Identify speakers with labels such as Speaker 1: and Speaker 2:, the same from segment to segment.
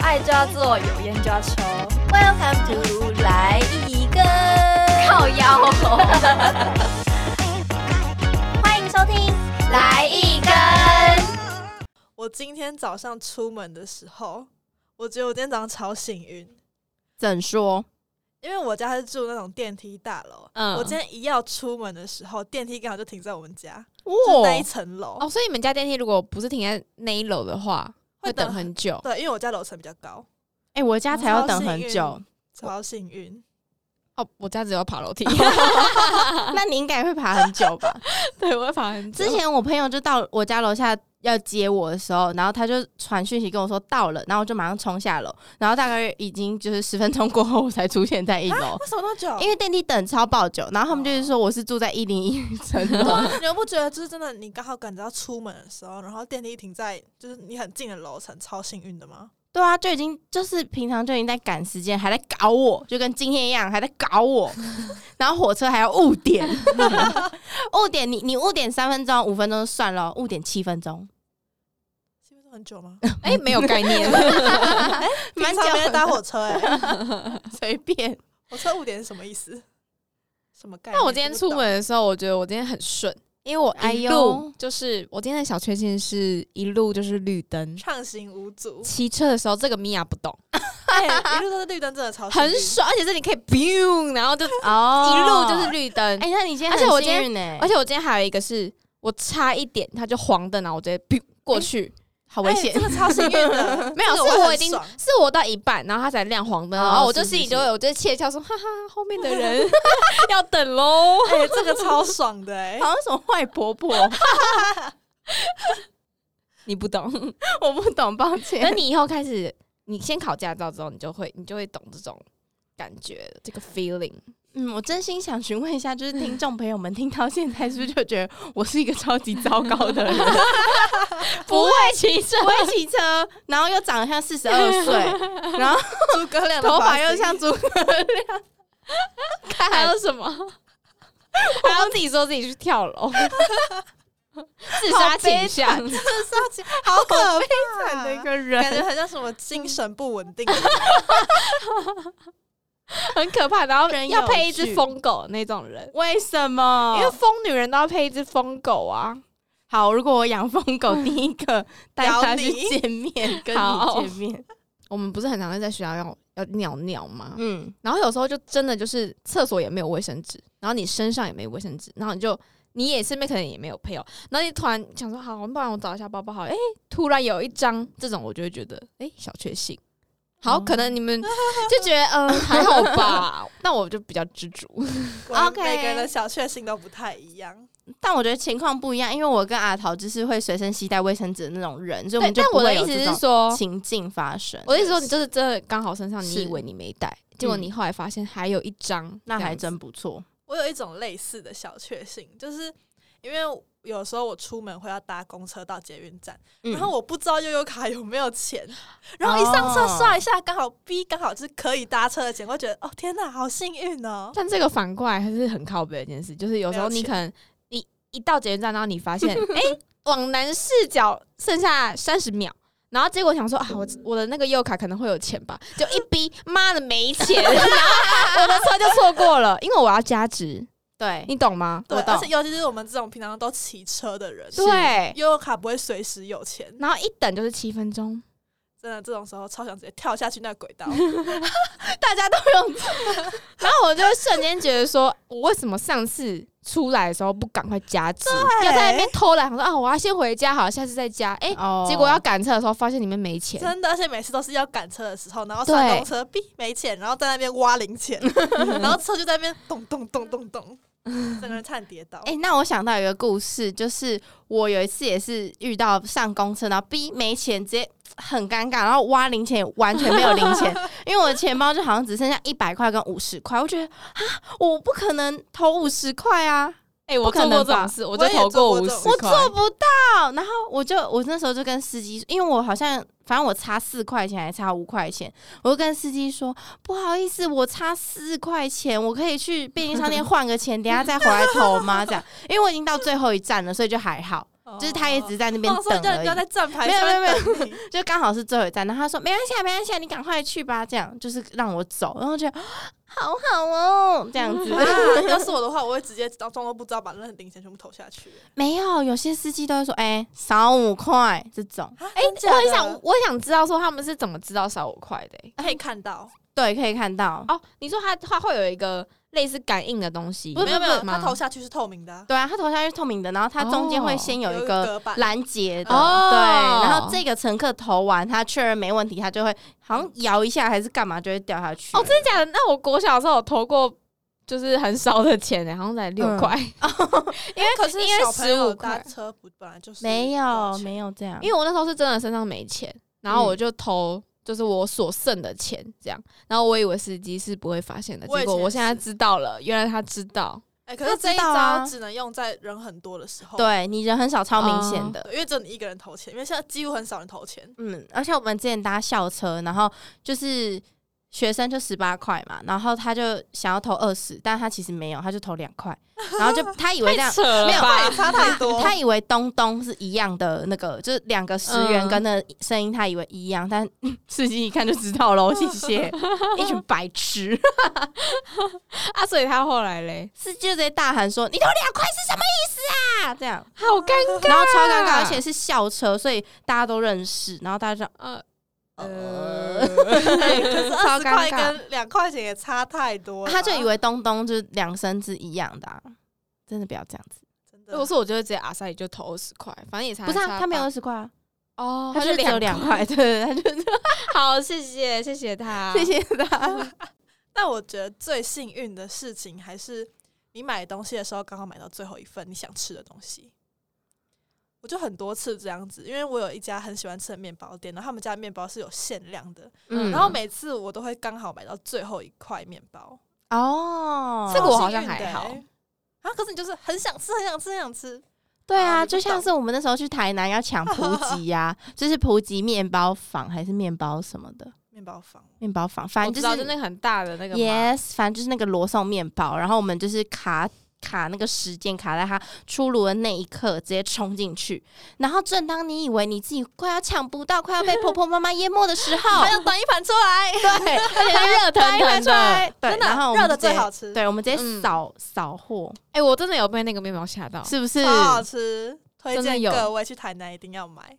Speaker 1: 爱就要做，有烟就要抽，
Speaker 2: Welcome to 来一根，
Speaker 1: 靠腰、
Speaker 2: 欢迎收听来一根。
Speaker 3: 我今天早上出门的时候，我觉得我今天早上超幸运，
Speaker 4: 怎说？
Speaker 3: 因为我家是住那种电梯大楼。
Speaker 4: 嗯
Speaker 3: 我今天一要出门的时候，电梯刚好就停在我们家，
Speaker 4: 哇
Speaker 3: 就是那一层楼。
Speaker 4: 哦哦，所以你们家电梯如果不是停在那一楼的话，
Speaker 3: 会
Speaker 4: 会
Speaker 3: 等
Speaker 4: 等很久。
Speaker 3: 对，因为我家楼层比较高，
Speaker 4: 哎、我家才要等很
Speaker 3: 超
Speaker 4: 久。
Speaker 3: 超幸运。
Speaker 4: 哦，我家只有爬楼梯， 那你应该会爬很久吧？对，我会爬很久。
Speaker 5: 之前我朋友就到我家楼下要接我的时候，然后他就传讯息跟我说到了，然后我就马上冲下楼，然后大概已经就是十分钟过后我才出现在一
Speaker 4: 哦
Speaker 5: 楼，
Speaker 3: 为什么那么久？
Speaker 5: 因为电梯等超爆久，然后他们
Speaker 3: 哦
Speaker 5: 就是说我是住在一零一层
Speaker 3: 对
Speaker 5: 楼，
Speaker 3: 啊你们不觉得就是真的？你刚好赶着要出门的时候，然后电梯停在就是你很近的楼层，超幸运的吗？
Speaker 5: 对啊，就已经就是平常就已经在赶时间，还在搞我，就跟今天一样还在 搞我，然后火车还要误点，误点你你误点三分钟五分钟就算了，误点七分钟，
Speaker 3: 是不是很久吗？
Speaker 4: 哎、没有概念，
Speaker 5: 蛮
Speaker 3: 平
Speaker 5: 久
Speaker 3: 常没在搭
Speaker 5: 的，
Speaker 3: 火车哎、
Speaker 5: 随便。
Speaker 3: 火车误点是什么意思？什么概念？
Speaker 4: 那我今天出门的时候，我觉得我今天很顺，因为我
Speaker 5: 哎
Speaker 4: 一
Speaker 5: 呦
Speaker 4: 路就是我今天的小确幸是一路就是绿灯，
Speaker 3: 畅行无 阻，
Speaker 4: 骑车的时候这个米娅不懂，
Speaker 3: 哎一路都是绿灯，真的超幸运
Speaker 4: 很爽，而且是你可以 biu，然后就一路
Speaker 5: 哦
Speaker 4: 就是绿灯，
Speaker 5: 哎、那你今天
Speaker 4: 而且
Speaker 5: 很
Speaker 4: 我今天
Speaker 5: 幸运欸
Speaker 4: 而且我今天还有一个是我差一点它就黄灯，然后我直接 biu 过去，。
Speaker 5: 好
Speaker 3: 哎
Speaker 5: 危险、
Speaker 3: 真的超幸运的
Speaker 4: 没有，
Speaker 3: 这
Speaker 4: 是
Speaker 3: 个会
Speaker 4: 我
Speaker 3: 很
Speaker 4: 已经
Speaker 3: 爽
Speaker 4: 是我到一半，然后它才亮黄灯，
Speaker 5: 哦
Speaker 4: 然后我就是心里
Speaker 5: 是
Speaker 4: 就会我就窃笑说，哈哈，后面的 人要等喽。
Speaker 3: 哎、这个超爽的 哎、
Speaker 5: 好像什么坏婆婆，
Speaker 4: 你不懂，
Speaker 5: 我不懂，抱
Speaker 4: 等
Speaker 5: 歉。
Speaker 4: 你以后开始，你先考驾照之后，你就会你就会懂这种感觉，这个 feeling。
Speaker 5: 嗯，我真心想询问一下，就是听众朋友们听到现在，是不是就觉得我是一个超级糟糕的 人？
Speaker 4: 不会骑车，
Speaker 5: 我会骑车，然后又长得像四十二 岁，然后
Speaker 3: 诸葛亮的
Speaker 5: 头发
Speaker 3: 型
Speaker 5: 又像诸葛亮，
Speaker 4: 还有什么？还要自己说自己去跳 楼，自杀倾向。
Speaker 3: 自杀倾，好可怕
Speaker 5: 惨 的一个
Speaker 3: 感
Speaker 5: 人。
Speaker 3: 觉很像什么精神不稳定的。
Speaker 4: 很可怕，然后
Speaker 5: 真
Speaker 4: 要
Speaker 5: 有
Speaker 4: 配一只
Speaker 5: 趣
Speaker 4: 疯狗那种人，
Speaker 5: 为什么
Speaker 4: 因？为疯女人都要配一只疯狗啊。
Speaker 5: 好，如果我养疯狗，第 一个带
Speaker 3: 咬
Speaker 5: 它
Speaker 3: 你
Speaker 5: 去见面，跟
Speaker 4: 好
Speaker 5: 你见面。
Speaker 4: 我们不是很常会在学校要要尿尿吗？
Speaker 5: 嗯，
Speaker 4: 然后有时候就真的就是厕所也没有卫生纸，然后你身上也没卫生纸，然后你就你也身边可能也没有朋友，然后你突然想说好，不然我找一下包包好了，哎、突然有一张这种，我就会觉得哎、诶小确幸。好，可能你们
Speaker 5: 哦
Speaker 4: 就觉得嗯、还好 吧，那我就比较知足。
Speaker 3: 果
Speaker 4: 嗯
Speaker 3: 然
Speaker 5: OK
Speaker 3: 每个人的小确幸都不太一样。
Speaker 5: 但我觉得情况不一样，因为我跟阿桃就是会随身携带卫生纸的那种人，所以我
Speaker 4: 对，
Speaker 5: 们就
Speaker 4: 但
Speaker 5: 不
Speaker 4: 我
Speaker 5: 会
Speaker 4: 的意
Speaker 5: 有
Speaker 4: 思
Speaker 5: 这
Speaker 4: 是
Speaker 5: 种
Speaker 4: 说，
Speaker 5: 情境发生。
Speaker 4: 我的意思说，你就是真的刚好身上，你
Speaker 5: 是嗯
Speaker 4: 以为你没带，结果你后来发现还有一张，
Speaker 5: 那还
Speaker 4: 这样
Speaker 5: 真
Speaker 4: 子
Speaker 5: 不错，
Speaker 3: 我有一种类似的小确幸，就是因为有时候我出门会要搭公车到捷运站，
Speaker 5: 嗯
Speaker 3: 然后我不知道悠悠卡有没有钱，然后一上车
Speaker 5: 哦
Speaker 3: 刷一下，刚好 B 刚好就是可以搭车的钱，我会觉得哦天哪，好幸运哦！
Speaker 4: 但这个反过来还是很靠背的一件事，就是有时候
Speaker 3: 没有
Speaker 4: 你
Speaker 3: 钱
Speaker 4: 可能你一到捷运站，然后你发现，哎、往南视角剩下三十秒。然后结果想说啊，我我的那个右卡可能会有钱吧，就一逼，妈的没钱， 然后我的车就错过了，因为我要加值，
Speaker 5: 对，
Speaker 4: 你懂吗？
Speaker 3: 对，
Speaker 5: 我懂
Speaker 3: 而且尤其是我们这种平常都骑车的人，
Speaker 4: 对，
Speaker 3: 悠悠卡不会随时有钱，
Speaker 4: 然后一等就是七分钟，
Speaker 3: 真的这种时候超想直接跳下去那个轨道。
Speaker 4: 大家都用。然后我就瞬间觉得说，我为什么上次出来的时候不赶快加值，要在那边偷懒？我说啊，我要先回家，好，下次再加。哎、
Speaker 5: 哦
Speaker 4: 结果要赶车的时候发现里面没钱，
Speaker 3: 真的，而且每次都是要赶车的时候，然后上
Speaker 4: 对
Speaker 3: 公车，哔没钱，然后在那边挖零 钱，然后车就在那边咚咚咚咚咚，整个人差点跌倒。
Speaker 5: 哎、那我想到一个故事，就是我有一次也是遇到上公车，然后 B 没钱，直接很尴尬，然后挖零钱也完全没有零钱， 因为我的钱包就好像只剩下一百块跟五十块，我觉得啊，我不可能投五十块啊，
Speaker 4: 哎、我
Speaker 5: 做过这种
Speaker 4: 事，我
Speaker 3: 就投过50
Speaker 5: 我做不到。然后我就我那时候就跟司机，因为我好像反正我差四块钱还差五块钱，我就跟司机说不好意思，我差四块钱，我可以去便利商店换个钱，等一下再回来投吗？这样，因为我已经到最后一站了，所以就还好。就是他也只是在那边
Speaker 3: 哦，所以
Speaker 5: 等
Speaker 3: 叫人
Speaker 5: 而
Speaker 3: 家
Speaker 5: 已
Speaker 3: 在，站牌
Speaker 5: 没有
Speaker 3: 上面
Speaker 5: 没有
Speaker 3: 等你，
Speaker 5: 就刚好是最后一站。然后他说没关系啊，没关系啊，你赶快去吧，这样就是 让我走。然后我觉得好好哦，这样 子。
Speaker 3: 啊要是我的话，我会直接当装作不知道，把那零钱全部投下去。
Speaker 5: 没有，有些司机都会说，哎、少五块这种。
Speaker 3: 哎
Speaker 4: 我很想，我想知道说他们是怎么知道少五块的 欸、
Speaker 3: 可以看到，
Speaker 5: 对，可以看到。
Speaker 4: 哦，你说他他会有一个类似感应的东西，
Speaker 5: 不是
Speaker 3: 没有没有，
Speaker 4: 吗
Speaker 3: 他投下去是透明的啊，
Speaker 5: 对啊，它头下去是透明的，然后它中间会先有
Speaker 3: 有
Speaker 5: 一
Speaker 3: 一
Speaker 5: 个
Speaker 3: 隔板
Speaker 5: 拦截的，
Speaker 4: 哦
Speaker 5: 对。然后这个乘客投完，他确认没问题，他就会好像摇一下还是干嘛，就会掉下去。
Speaker 4: 哦，真的假的？那我国小的时候有投过，就是很少的钱欸好像才六
Speaker 5: 嗯
Speaker 4: 块，
Speaker 3: 因为哎可是
Speaker 4: 因为
Speaker 3: 小朋友
Speaker 4: 15块
Speaker 3: 搭车不本来就是
Speaker 5: 没有
Speaker 3: 有
Speaker 5: 没有这样，
Speaker 4: 因为我那时候是真的身上没钱，然后我就投就是我所剩的钱这样，然后我以为司机是不会发现的，
Speaker 3: 我以
Speaker 4: 结果
Speaker 3: 前
Speaker 4: 我现在
Speaker 3: 也是
Speaker 4: 知道了，原来他知道。
Speaker 3: 哎，可是
Speaker 5: 他
Speaker 3: 这一
Speaker 5: 知道啊
Speaker 3: 招只能用在人很多的时候，
Speaker 5: 对你人很少，超明显的。
Speaker 3: 对，因为只有你一个人投钱，因为现在几乎很少人投钱。
Speaker 5: 嗯，而且我们之前搭校车，然后就是学生就十八块嘛，然后他就想要投二十，但他其实没有，他就投两块，然后就他以为这样
Speaker 4: 太扯了吧？
Speaker 3: 差 太多
Speaker 5: 他以为东东是一样的那个，就是两个十元跟那声音，他以为一样，但 嗯司机一看就知道喽，谢谢，一群白痴。
Speaker 4: 啊，所以他后来嘞，
Speaker 5: 司机就直接大喊说：“你投两块是什么意思啊？”这样，
Speaker 4: 好尴尬，
Speaker 5: 然后超尴尬，而且是校车，所以大家都认识，然后大家就
Speaker 4: 呃
Speaker 5: 呃，
Speaker 3: 哎可是
Speaker 5: 超
Speaker 3: 二十
Speaker 5: 尴
Speaker 3: 块
Speaker 5: 尬。
Speaker 3: 跟两块钱也差太多了吧，
Speaker 5: 他就以为东东就是两声是一样的、啊，真的不要这样子。
Speaker 3: 真
Speaker 4: 如果
Speaker 3: 的
Speaker 4: 是我就会直接阿塞就投二十块，反正也才
Speaker 5: 不是、
Speaker 4: 差
Speaker 5: 啊，他没有
Speaker 4: 八
Speaker 5: 二十块啊，
Speaker 4: 哦，
Speaker 5: 他就只有两
Speaker 4: 块。
Speaker 5: 块，对，他就
Speaker 4: 好，谢谢谢谢他，
Speaker 5: 谢谢他。
Speaker 3: 但我觉得最幸运的事情还是你买东西的时候刚好买到最后一份你想吃的东西。我就很多次这样子，因为我有一家很喜欢吃的面包店，然后他们家的面包是有限量的，
Speaker 5: 嗯，
Speaker 3: 然后每次我都会刚好买到最后一块面包。
Speaker 5: 哦，
Speaker 4: 这个我好
Speaker 3: 幸
Speaker 4: 像
Speaker 3: 运的
Speaker 4: 还好
Speaker 3: 欸啊，可是你就是很想吃，很想吃，很想吃。
Speaker 5: 对
Speaker 3: 啊
Speaker 5: 啊，
Speaker 3: 你不
Speaker 5: 就像
Speaker 3: 懂
Speaker 5: 是我们那时候去台南要抢普吉呀、就是普吉面包坊还是面包什么的
Speaker 3: 面包房，
Speaker 5: 面包坊，
Speaker 4: 我
Speaker 5: 反
Speaker 4: 知
Speaker 5: 正就
Speaker 4: 道
Speaker 5: 是
Speaker 4: 就那个很大的那个嘛
Speaker 5: yes，反正就是那个罗宋面包，然后我们就是卡。卡那个时间卡在它出炉的那一刻，直接冲进去。然后，正当你以为你自己快要抢不到，快要被婆婆妈妈淹没的时候，
Speaker 3: 还有端一盘出来，
Speaker 5: 对，而且它热腾腾
Speaker 3: 出来
Speaker 5: 的，对，
Speaker 3: 真的
Speaker 5: 然后我们
Speaker 3: 热的
Speaker 5: 直接
Speaker 3: 最好吃，，
Speaker 5: 对，我们直接
Speaker 4: 嗯
Speaker 5: 扫扫货，
Speaker 4: 哎、我真的有被那个面包吓
Speaker 3: 哦
Speaker 4: 到，
Speaker 5: 是不是？
Speaker 3: 超好吃，推
Speaker 4: 真的
Speaker 3: 荐
Speaker 4: 有
Speaker 3: 各位去台南一定要买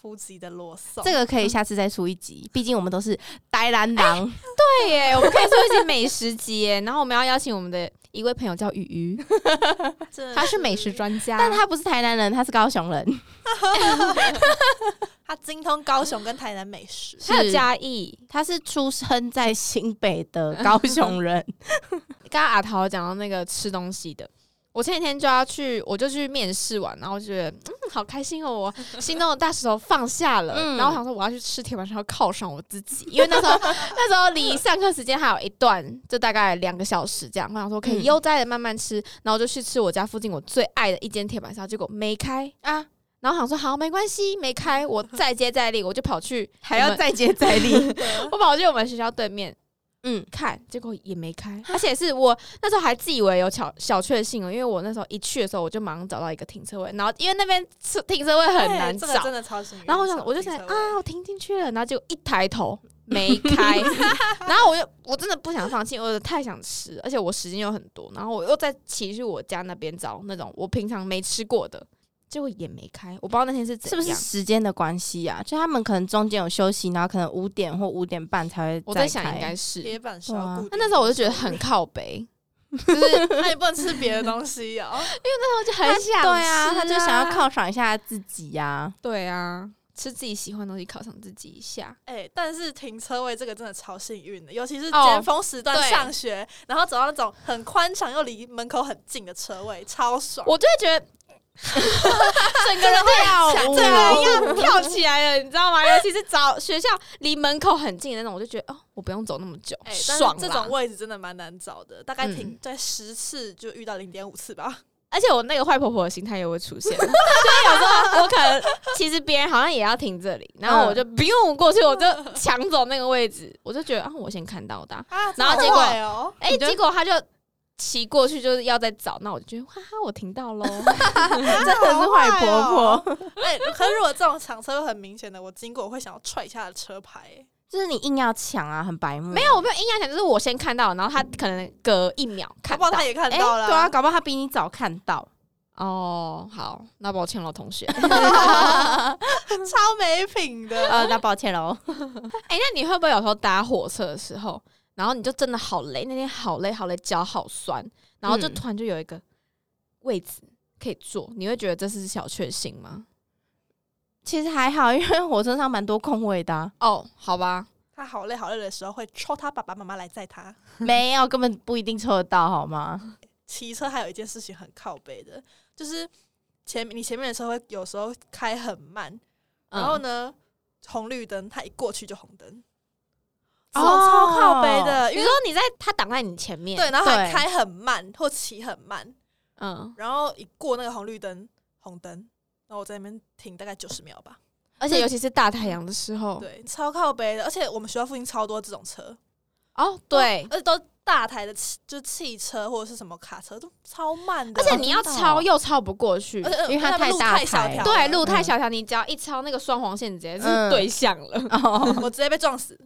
Speaker 3: 夫吉的罗宋。
Speaker 5: 这个可以下次再出一
Speaker 3: 嗯
Speaker 5: 集，毕竟我们都是呆男郎。
Speaker 3: 哎
Speaker 4: 对 耶，我们可以做一集美食集耶，然后我们要邀请我们的一位朋友叫雨鱼，
Speaker 3: 真的
Speaker 4: 他是美食，专 家，
Speaker 5: 但他不是台南人，他是高雄人。
Speaker 3: 他精通高雄跟台南美食。
Speaker 4: 他有
Speaker 5: 是
Speaker 4: 嘉义。
Speaker 5: 他是出生在新北的高雄 人，
Speaker 4: 刚刚阿桃讲到那个吃东西的，我前几天就要去，我就去面试完，然后就觉得嗯，好开心哦，我心中的大石头放下了。
Speaker 5: 嗯
Speaker 4: 然后我想说我要去吃铁板烧犒赏我自己，因为那时候那时候离上课时间还有一段，就大概两个小时这样。我想说可以
Speaker 5: 嗯
Speaker 4: 悠哉的慢慢吃，然后我就去吃我家附近我最爱的一间铁板烧，结果没开啊。然后想说好没关系，没开，我再接再厉，我就跑去
Speaker 5: 还
Speaker 4: 我
Speaker 5: 要
Speaker 4: 们
Speaker 5: 再接再 厉。
Speaker 4: 我跑去我们学校对面，嗯
Speaker 5: 嗯，
Speaker 4: 看，结果也没开，而且是我那时候还自以为有小小确幸哦，因为我那时候一去的时候，我就马上找到一个停车位，然后因为那边车停车位很
Speaker 3: 哎
Speaker 4: 难
Speaker 3: 这
Speaker 4: 找，
Speaker 3: 个真的超幸运。
Speaker 4: 然后我想我就
Speaker 3: 想
Speaker 4: 想啊，我停进去了，然后结果一抬头没开，然后我又我真的不想放弃，我太想吃，而且我时间又很多，然后我又再骑去我家那边找那种我平常没吃过的，结果也没开，我不知道那天是怎
Speaker 5: 是不是
Speaker 4: 样
Speaker 5: 时间的关系啊？就他们可能中间有休息，然后可能五点或五点半才会。
Speaker 4: 我在想应该。是
Speaker 3: 铁板烧
Speaker 5: 哇
Speaker 3: 固定，
Speaker 4: 那那时候我就觉得很靠北，
Speaker 3: 那你不能吃别的东西哦。
Speaker 4: 我就很
Speaker 5: 他
Speaker 4: 想、
Speaker 5: 对啊，他就想要
Speaker 4: 靠，
Speaker 5: 犒赏一下自己呀、
Speaker 4: 对啊，吃自己喜欢的东西，犒赏自己一下。
Speaker 3: 哎，但是停车位这个真的超幸运的，尤其是
Speaker 4: 哦
Speaker 3: 尖峰时段
Speaker 4: 对
Speaker 3: 上学，然后找到那种很宽敞又离门口很近的车位，超爽。
Speaker 4: 我就会觉得整个人会
Speaker 5: 跳舞
Speaker 4: 整个啊人要跳起来了，你知道吗？尤其是找学校离门口很近的那种，我就觉得哦，我不用走那么久，
Speaker 3: 哎，但是
Speaker 4: 爽
Speaker 3: 这
Speaker 4: 啦
Speaker 3: 种。位置真的蛮难找的，大概
Speaker 4: 嗯
Speaker 3: 停在十次就遇到零点五次吧。
Speaker 4: 而且我那个坏婆婆的心态也会出现， 所以有时候我可能其实别人好像也要停这里，然后我就不用过去，我就抢 走那个位置，我就觉得啊，我先看到的啊、
Speaker 3: 啊
Speaker 4: 然后
Speaker 3: 这
Speaker 4: 结
Speaker 3: 好
Speaker 4: 果
Speaker 3: 坏哦，
Speaker 4: 哎、结果他就骑过去就是要再找，那我就觉得哇，我听到 喽，
Speaker 5: 真的是坏哦婆婆。
Speaker 3: 哎、可是如果这种抢车会很明显的，我经过我会想要踹一下他的车牌、哎
Speaker 5: 就是你硬要抢啊，很白目。
Speaker 4: 没有，我没有硬要想，就是我先看到，然后他可能隔一秒
Speaker 3: 搞
Speaker 4: 看
Speaker 3: 不好
Speaker 4: 到。
Speaker 3: 他也看
Speaker 5: 哎、
Speaker 3: 到了、
Speaker 5: 对啊，搞不好他比你早看 到。
Speaker 4: 哦，好，那抱歉了，同学。 哎
Speaker 3: 超没品的。
Speaker 5: 呃，那抱歉喽。
Speaker 4: 哎、那你会不会有时候搭火车的时候，然后你就真的好累，那天好累好累，脚好酸，然后就
Speaker 5: 嗯
Speaker 4: 突然就有一个位置可以坐，你会觉得这是小确幸吗？
Speaker 5: 其实还好，因为火车上蛮多空位的 啊、
Speaker 4: 哦，好吧，
Speaker 3: 他好累好累的时候，会抽他爸爸妈妈来载他。
Speaker 5: 没有根本不一定抽得到，好吗？
Speaker 3: 骑车还有一件事情很靠背的，就是前你前面的车会有时候开很慢，然后
Speaker 4: 嗯，
Speaker 3: 呢，红绿灯他一过去就红灯，
Speaker 5: 哦
Speaker 3: 哦，超靠背的，因
Speaker 4: 比
Speaker 3: 为
Speaker 4: 如说你在他挡在你前面，
Speaker 3: 对，，然后还
Speaker 5: 对
Speaker 3: 开很慢或骑很慢，
Speaker 4: 嗯，
Speaker 3: 然后一过那个红绿灯，红灯，然后我在那边停大概九十秒吧，
Speaker 4: 而且尤其是大太阳的时候，
Speaker 3: 对，超靠背的，而且我们学校附近超多这种车，
Speaker 4: 哦，对，
Speaker 3: 而且都大台的汽，就是汽车或者是什么卡车都超慢的，呃
Speaker 4: 而且你要
Speaker 5: 真的哦
Speaker 4: 超又超不过去
Speaker 3: 而。且，而且
Speaker 5: 因为它
Speaker 3: 那边
Speaker 5: 太
Speaker 3: 路
Speaker 5: 大
Speaker 3: 太小
Speaker 5: 台
Speaker 3: 条了，
Speaker 4: 对，路太小条，嗯你只要一超那个双黄线，你直接是
Speaker 5: 嗯
Speaker 4: 对象了。
Speaker 5: 哦，
Speaker 3: 我直接被撞死。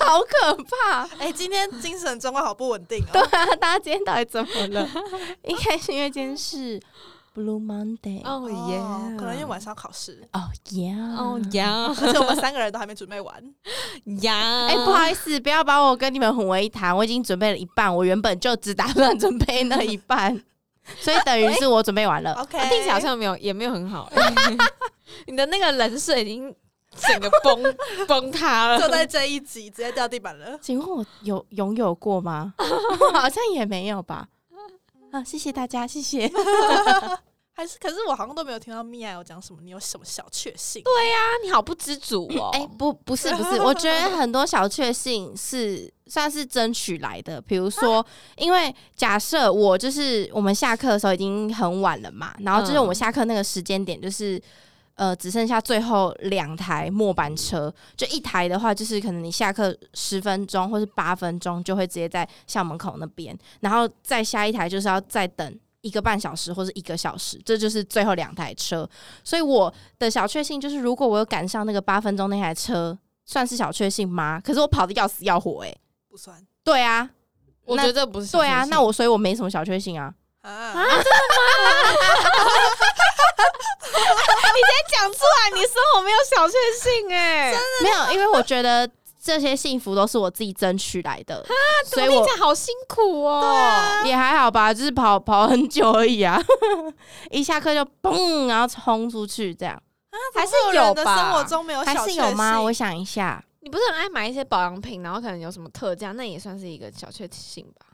Speaker 5: 好可怕！
Speaker 3: 哎、今天精神状况好不稳定
Speaker 5: 对
Speaker 3: 哦。
Speaker 5: 啊， 大家今天到底怎么了？ 应该是因为今天是 Blue Monday。
Speaker 4: 哦耶，
Speaker 3: 可能因为晚上要考试，
Speaker 5: 哦耶！
Speaker 4: 哦呀
Speaker 3: 而且我们三个人都还没准备完。
Speaker 4: 呀，
Speaker 5: 哎、不好意思，不要把我跟你们混为一谈。我已经准备了一半，我原本就只打算准备那 一半，所以等于是我准备完了。
Speaker 3: OK，
Speaker 4: 听起来好像没有，也没有很好。 你的那个人设已经整个 崩崩塌
Speaker 3: 就
Speaker 4: 了。
Speaker 3: 在这一集直接掉地板了。
Speaker 5: 请问我有拥有过吗？我好像也没有吧。啊，谢谢大家，谢谢。
Speaker 4: 哦
Speaker 3: 还是，可是我好像都没有听到米娅有讲什么，你有什么小确幸？
Speaker 4: 对呀、啊你好不知足哦。
Speaker 5: 哎、不，不是，不是，我觉得很多小确幸是算是争取来的。比如说，因为假设我就是我们下课的时候已经很晚了嘛，然后就是我们下课那个时间点就是。呃，只剩下最后两台末班车，就一台的话，就是可能你下课十分钟或是八分钟就会直接在校门口那边，然后再下一台就是要再等一个半小时或是一个小时，这就是最后两台车。所以我的小确幸就是，如果我有赶上那个八分钟那台车，算是小确幸吗？可是我跑的要死要活、欸，
Speaker 3: 不算
Speaker 5: 对啊，
Speaker 4: 我觉得这不是小
Speaker 5: 对啊，
Speaker 4: 确幸
Speaker 5: 那我所以我没什么小确幸啊。
Speaker 3: 啊，
Speaker 4: 讲出来，你说我没有小确幸哎、真的
Speaker 5: 没有，因为我觉得这些幸福都是我自己争取来的，所以我
Speaker 4: 听起来好辛苦哦。
Speaker 5: 也还好吧，就是跑跑很久而已啊， 一下课就嘣，然后冲出去这样，
Speaker 4: 还是
Speaker 3: 啊怎么会有人的
Speaker 4: 吧
Speaker 3: 生活中没有
Speaker 5: 还
Speaker 3: 小
Speaker 5: 是
Speaker 3: 确
Speaker 5: 有吗？
Speaker 3: 幸
Speaker 5: 我想一下，
Speaker 4: 你不是很爱买一些保养品，然后可能有什么特价，那也算是一个小确幸吧。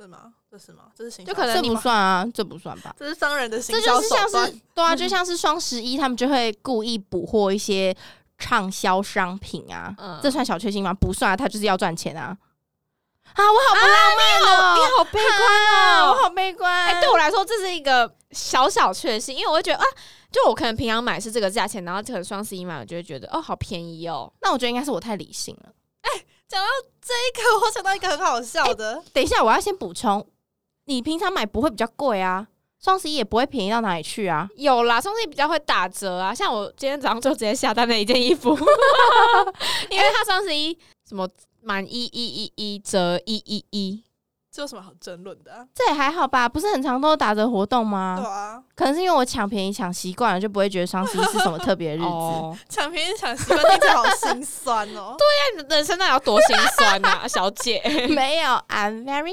Speaker 3: 是吗？这是吗？这是行销，
Speaker 4: 就可能
Speaker 5: 这
Speaker 4: 你
Speaker 5: 不算啊，这不算吧。
Speaker 3: 这是商人的行
Speaker 5: 这
Speaker 3: 销
Speaker 5: 就是
Speaker 3: 手
Speaker 5: 像
Speaker 3: 段嗯
Speaker 5: 是。对啊，就像是双十一，他们就会故意捕获一些畅销商品啊，
Speaker 4: 嗯
Speaker 5: 这算小确幸吗？不算啊，他就是要赚钱啊。啊，我好不浪漫哦、
Speaker 4: 你好悲
Speaker 5: 啊
Speaker 4: 观哦
Speaker 5: 我。好悲观。
Speaker 4: 哎、对我来说，这是一个小小确幸，因为我会觉得啊，就我可能平常买是这个价钱，然后可能双十一买，我就会觉得哦，好便宜哦。
Speaker 5: 那我觉得应该是我太理性了。
Speaker 3: 讲到这一个， 我想到一个很好笑的，
Speaker 5: 等一下，我要先补充，你平常买不会比较贵啊，双十一也不会便宜到哪里去啊。
Speaker 4: 有啦，双十一比较会打折啊，像我今天早上就直接下单了一件衣服， 因为它双十一什么满一一一一折一一一，
Speaker 3: 这有什么好争论的啊？
Speaker 5: 这也还好吧，不是很常都有打折活动
Speaker 3: 对
Speaker 5: 吗？
Speaker 3: 啊，
Speaker 5: 可能是因为我抢便宜抢习惯了，就不会觉得双十一是什么特别的日子。
Speaker 4: 哦
Speaker 3: 抢便宜抢习惯，听起来好心酸 哦。
Speaker 4: 那你人生那要多心酸呐、 小姐，
Speaker 5: 没有，I'm very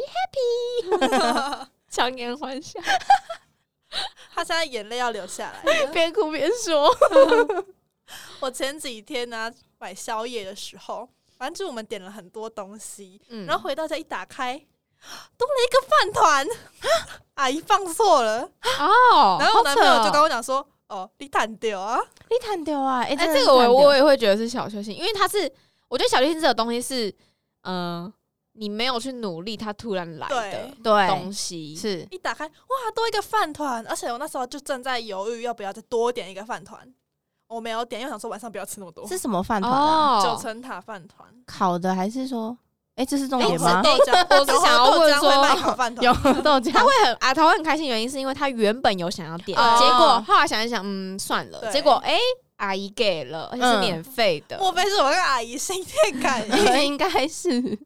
Speaker 4: 强颜欢笑。
Speaker 3: 他现在眼泪要流下来了。
Speaker 5: 边哭边说。
Speaker 3: 我前几天呢、买宵夜的时候，反正就我们点了很多东西，
Speaker 4: 嗯
Speaker 3: 然后回到家一打开， 多了一个饭 团，阿姨放错了。
Speaker 4: 哦，
Speaker 3: 然后我男朋友就
Speaker 4: 刚
Speaker 3: 跟我讲说：“哦，你淡掉啊，
Speaker 5: 你弹掉啊！哎、
Speaker 4: 哎、
Speaker 5: 真的
Speaker 4: 这
Speaker 5: 是
Speaker 4: 个
Speaker 5: 弹
Speaker 4: 我
Speaker 5: 掉
Speaker 4: 我也会觉得是小确幸，因为它是，我觉得小确幸这个东西是，嗯、你没有去努力，它突然来的东
Speaker 5: 对
Speaker 4: 西。
Speaker 5: 是
Speaker 3: 一打开哇，多一个饭团。”而且我那时候就正在犹豫要不要再多点一个饭团，我没有点，因为想说晚上不要吃那么多。
Speaker 5: 是什么饭团啊？
Speaker 4: 哦，
Speaker 3: 九层塔饭团，
Speaker 5: 烤的还是说哎，这是重
Speaker 3: 哎
Speaker 5: 点吗？
Speaker 3: 豆浆，
Speaker 4: 我是想要问说
Speaker 3: 豆浆会卖烤饭团
Speaker 5: 有
Speaker 4: 他
Speaker 5: 豆浆
Speaker 4: 会很啊，他会很开心，原因是因为他原本有想要点，
Speaker 5: 哦
Speaker 4: 结果后来想一想，嗯，算了。
Speaker 3: 对
Speaker 4: 结果哎、阿姨给了，而且是
Speaker 5: 嗯
Speaker 4: 免费的。
Speaker 3: 莫非是我跟阿姨心电感 应？
Speaker 5: 应该是。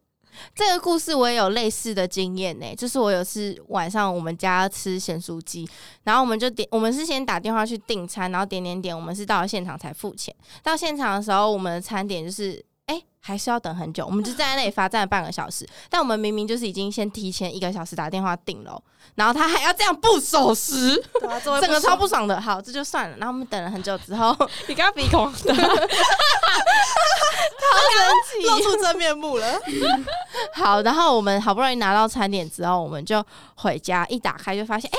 Speaker 5: 这个故事我也有类似的经验呢、就是我有次晚上我们家吃咸酥鸡，然后我们就点，我们是先打电话去订餐，然后点点点，我们是到了现场才付钱。到现场的时候，我们的餐点就是。哎、还是要等很久，我们就站在那里罚站了半个小时。但我们明明就是已经先提前一个小时打电话订了哦，然后他还要这样不守时，
Speaker 3: 对啊这会
Speaker 5: 整个超
Speaker 3: 爽
Speaker 5: 不爽的。好，这就算了。然后我们等了很久之后，
Speaker 4: 你刚刚鼻 孔的，
Speaker 3: 露出真面目了。
Speaker 5: 好，然后我们好不容易拿到餐点之后，我们就回家，一打开就发现，哎、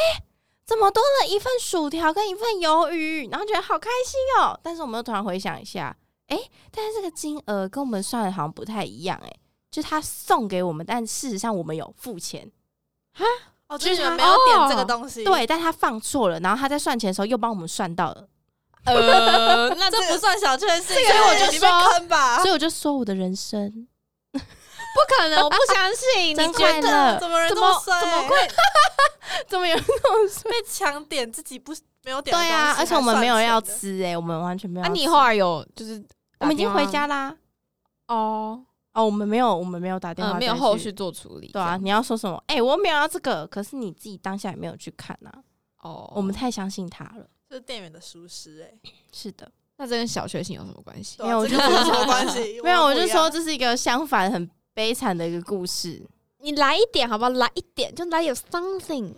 Speaker 5: 怎么多了一份薯条跟一份鱿鱼？然后觉得好开心哦。但是我们又突然回想一下，哎、但是这个金额跟我们算的好像不太一样、哎，就他送给我们，但事实上我们有付钱，
Speaker 3: 哦，
Speaker 4: 就是
Speaker 3: 就是你们
Speaker 4: 他
Speaker 3: 没有点这
Speaker 4: 哦
Speaker 3: 个东西，，
Speaker 5: 啊对，但他放错了，然后他在算钱的时候又帮我们算到了，
Speaker 4: 呃，那这
Speaker 3: 这不算小确幸，所啊
Speaker 4: 这个
Speaker 3: 以我就
Speaker 4: 你
Speaker 3: 被
Speaker 4: 被
Speaker 3: 坑吧
Speaker 4: 啊
Speaker 5: 所。以我就说我的人生
Speaker 4: 不可能，我不相信。
Speaker 5: 真
Speaker 4: 你觉
Speaker 5: 快
Speaker 4: 得
Speaker 5: 乐，
Speaker 3: 怎么人这
Speaker 4: 怎么
Speaker 3: 衰？
Speaker 4: 怎么
Speaker 3: 会
Speaker 5: 怎么有？
Speaker 3: 被强点自己不没有点？
Speaker 5: 对啊，而且我们没有要，吃、哎，我们完全没有
Speaker 4: 啊，
Speaker 5: 要吃。
Speaker 4: 你后来有就是打电话，
Speaker 5: 我们已经回家啦。
Speaker 4: 哦，
Speaker 5: 哦，我们没有，我们没有打电话、
Speaker 4: 嗯，没有后续。做处理。
Speaker 5: 对啊，你要说什么？哎、我没有要这个，可是你自己当下也没有去看呐、
Speaker 4: 哦，
Speaker 5: 我们太相信他了。
Speaker 3: 就是店员的疏失哎，
Speaker 5: 是的，
Speaker 4: 那这跟小确幸有什么关系？
Speaker 3: 对啊
Speaker 5: 没有我
Speaker 3: 这
Speaker 5: 就
Speaker 3: 个有
Speaker 5: 说
Speaker 3: 什么关 系？
Speaker 5: 没有，我
Speaker 3: 不
Speaker 5: 就
Speaker 3: 一
Speaker 5: 说
Speaker 3: 样
Speaker 5: 这是一个相反很悲惨的一个故事。
Speaker 4: 你来一点好不好？来一点，就来有 something。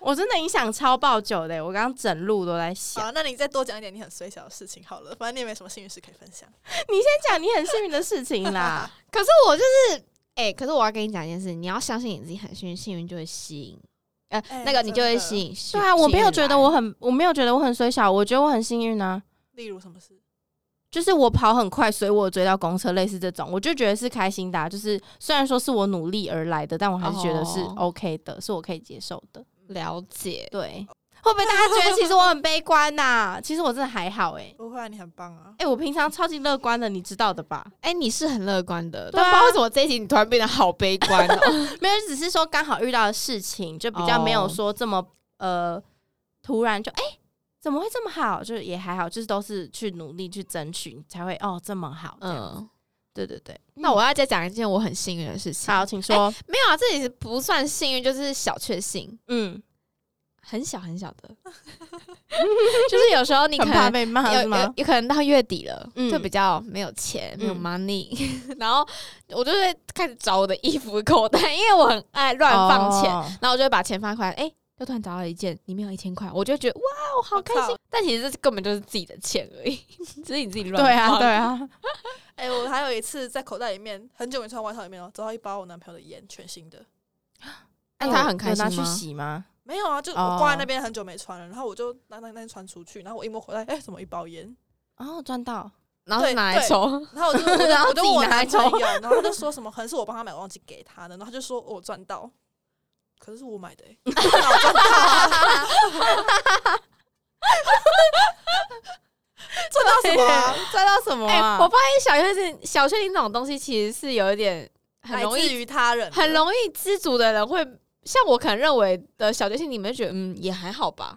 Speaker 5: 我真的影响超爆久的、欸我刚刚整路都在想。
Speaker 3: 好，那你再多讲一点你很衰小的事情好了，反正你也没什么幸运事可以分享。
Speaker 5: 你先讲你很幸运的事情啦。
Speaker 4: 可是我就是，哎、可是我要跟你讲一件事，你要相信你自己很幸运，幸运就会吸引，呃，
Speaker 3: 哎
Speaker 4: 那个你就
Speaker 3: 真
Speaker 4: 会
Speaker 3: 的
Speaker 4: 吸引幸。
Speaker 5: 对啊，我没有觉得我
Speaker 4: 很
Speaker 5: 很，我没有觉得我很衰小，我觉得我很幸运啊。
Speaker 3: 例如什么事？
Speaker 5: 就是我跑很快，所以我有追到公车，类似这种，我就觉得是开心的啊、就是虽然说是我努力而来的，但我还是觉得是
Speaker 4: 哦
Speaker 5: OK 的，是我可以接受的。
Speaker 4: 了解。
Speaker 5: 对，会不会大家觉得其实我很悲观呐、 其实我真的还好哎、欸。
Speaker 3: 不会啊，你很棒啊！
Speaker 5: 哎、我平常超级乐观的，你知道的吧？
Speaker 4: 哎、你是很乐观的，
Speaker 5: 对啊
Speaker 4: 但不知道为什么这一集你突然变得好悲观 哦。
Speaker 5: 没有，只是说刚好遇到的事情，就比较没有说这么、呃，突然就哎、欸怎么会这么好？就也还好，就是都是去努力去争取，你才会哦这么好。嗯，
Speaker 4: 嗯，
Speaker 5: 对对对。
Speaker 4: 那我要再讲一件我很幸运的事情。
Speaker 5: 好，请说。
Speaker 4: 没有啊，这里不算幸运，就是小确幸，
Speaker 5: 嗯，
Speaker 4: 很小很小的， 就是有时候你可
Speaker 5: 很怕
Speaker 4: 能
Speaker 5: 被骂
Speaker 4: 有
Speaker 5: 啊是吗
Speaker 4: 有？有可能到月底了，
Speaker 5: 嗯
Speaker 4: 就比较没有钱，没有
Speaker 5: 嗯
Speaker 4: money，、然 后我就会开始找我的衣服口袋，因为我很爱乱放钱，
Speaker 5: 哦
Speaker 4: 然后我就会把钱放回来，哎、就突然找到一件里面有一千块，我就觉得哇，我好开
Speaker 3: 我
Speaker 4: 心
Speaker 3: 靠。
Speaker 4: 但其实这根本就是自己的钱而已， 只是你自己乱
Speaker 5: 对啊，
Speaker 4: 放
Speaker 5: 对。啊，
Speaker 3: 哎、我还有一次在口袋里面很久没穿外套里面哦，找到一包我男朋友的烟，全新的。
Speaker 4: 那
Speaker 5: 有
Speaker 4: 他很开
Speaker 5: 哎有
Speaker 4: 心
Speaker 5: 拿去
Speaker 4: 吗？
Speaker 5: 洗吗？
Speaker 3: 没有啊，就我挂在那
Speaker 4: 哦
Speaker 3: 边很久没穿了，然后我就拿那那天穿出去，然后我一摸回来，哎、怎么一包烟？
Speaker 5: 哦，赚到，
Speaker 4: 然后是
Speaker 3: 对
Speaker 4: 拿来
Speaker 3: 对
Speaker 4: 抽，
Speaker 3: 然 后我就我就
Speaker 5: 然后
Speaker 3: 我就
Speaker 5: 自己
Speaker 3: 问我
Speaker 5: 拿来
Speaker 3: 男朋友，然后他就说什么，可能是我帮他买，忘记给他的，然后他就说我赚到，可是是我买的、欸， 哪有赚到啊， 赚到什么啊、
Speaker 5: 赚到什么
Speaker 4: 哎、
Speaker 5: 啊？
Speaker 4: 我发现小确幸、小确幸这种东西其实是有一点 很
Speaker 3: 来
Speaker 4: 容
Speaker 3: 自
Speaker 4: 易、
Speaker 3: 于他人，
Speaker 4: 很。容易知足的人会，像我可能认为的小确幸，你们觉得嗯也还好吧，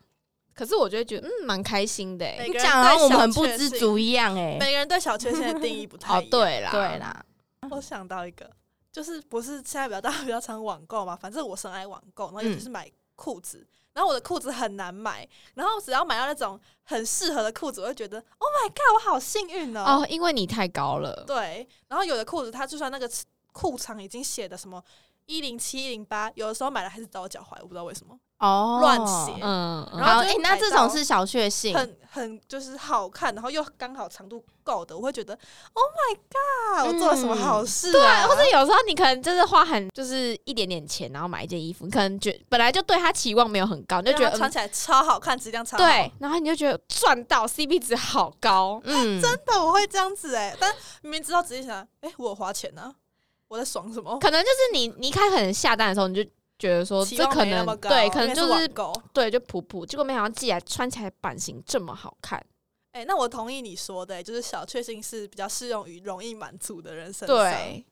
Speaker 4: 可是我就会觉得嗯蛮开心的、欸
Speaker 3: 每。
Speaker 5: 你
Speaker 3: 个人
Speaker 5: 讲好像
Speaker 3: 对
Speaker 5: 我们
Speaker 3: 小
Speaker 5: 很不
Speaker 3: 确
Speaker 5: 知
Speaker 3: 幸
Speaker 5: 足一样哎、
Speaker 3: 每个人对小确幸的定义不太
Speaker 4: 哦
Speaker 3: 一，样。
Speaker 4: 对啦，
Speaker 5: 对，啦，
Speaker 3: 我想到一个，就是不是现在比较大家比较常网购嘛，反正我深爱网购，然后尤其
Speaker 5: 嗯
Speaker 3: 是买裤子。然后我的裤子很难买，然后只要买到那种很适合的裤子，我就觉得 Oh my god，我好幸运哦。
Speaker 4: 哦，因为你太高了，
Speaker 3: 对，然后有的裤子它就算那个裤长已经写的什么一零七零八，有的时候买了还是到脚踝，我不知道为什么，
Speaker 5: 哦，
Speaker 3: 乱写
Speaker 4: 嗯，嗯
Speaker 3: 然后
Speaker 5: 好，
Speaker 3: 就
Speaker 5: 哎、
Speaker 3: 会
Speaker 5: 那
Speaker 3: 买
Speaker 5: 这
Speaker 3: 到
Speaker 5: 种是小确幸，
Speaker 3: 很很就是好看，然后又刚好长度够的，我会觉得 Oh my god，我做了什么好事啊？
Speaker 4: 嗯或是有时候你可能就是花很就是一点点钱，然后买一件衣服，你可能觉本来就对它期望没有很高，你就
Speaker 3: 就
Speaker 4: 觉
Speaker 3: 觉
Speaker 4: 得
Speaker 3: 得穿
Speaker 4: 嗯
Speaker 3: 起来超好看，质量超好。
Speaker 4: 对，然后你就觉得赚到 CP 值好高，
Speaker 5: 嗯，真
Speaker 3: 真的我会这样子哎、但明明知道仔细想，哎、我有花钱呢、啊，我在爽什么？
Speaker 4: 可能就是你你一开始很下单的时候，你就觉得说
Speaker 3: 期
Speaker 4: 哦这
Speaker 3: 望
Speaker 4: 可
Speaker 3: 没那
Speaker 4: 能
Speaker 3: 么高
Speaker 4: 对，
Speaker 3: 因
Speaker 4: 可能
Speaker 3: 为
Speaker 4: 就是
Speaker 3: 网
Speaker 4: 是
Speaker 3: 购。
Speaker 4: 对就普普，结果没想到寄来穿起来版型这么好看，
Speaker 3: 欸哎、那我同意你说的、哎就是小确幸是比较适用于容易满足的人身上。
Speaker 4: 对，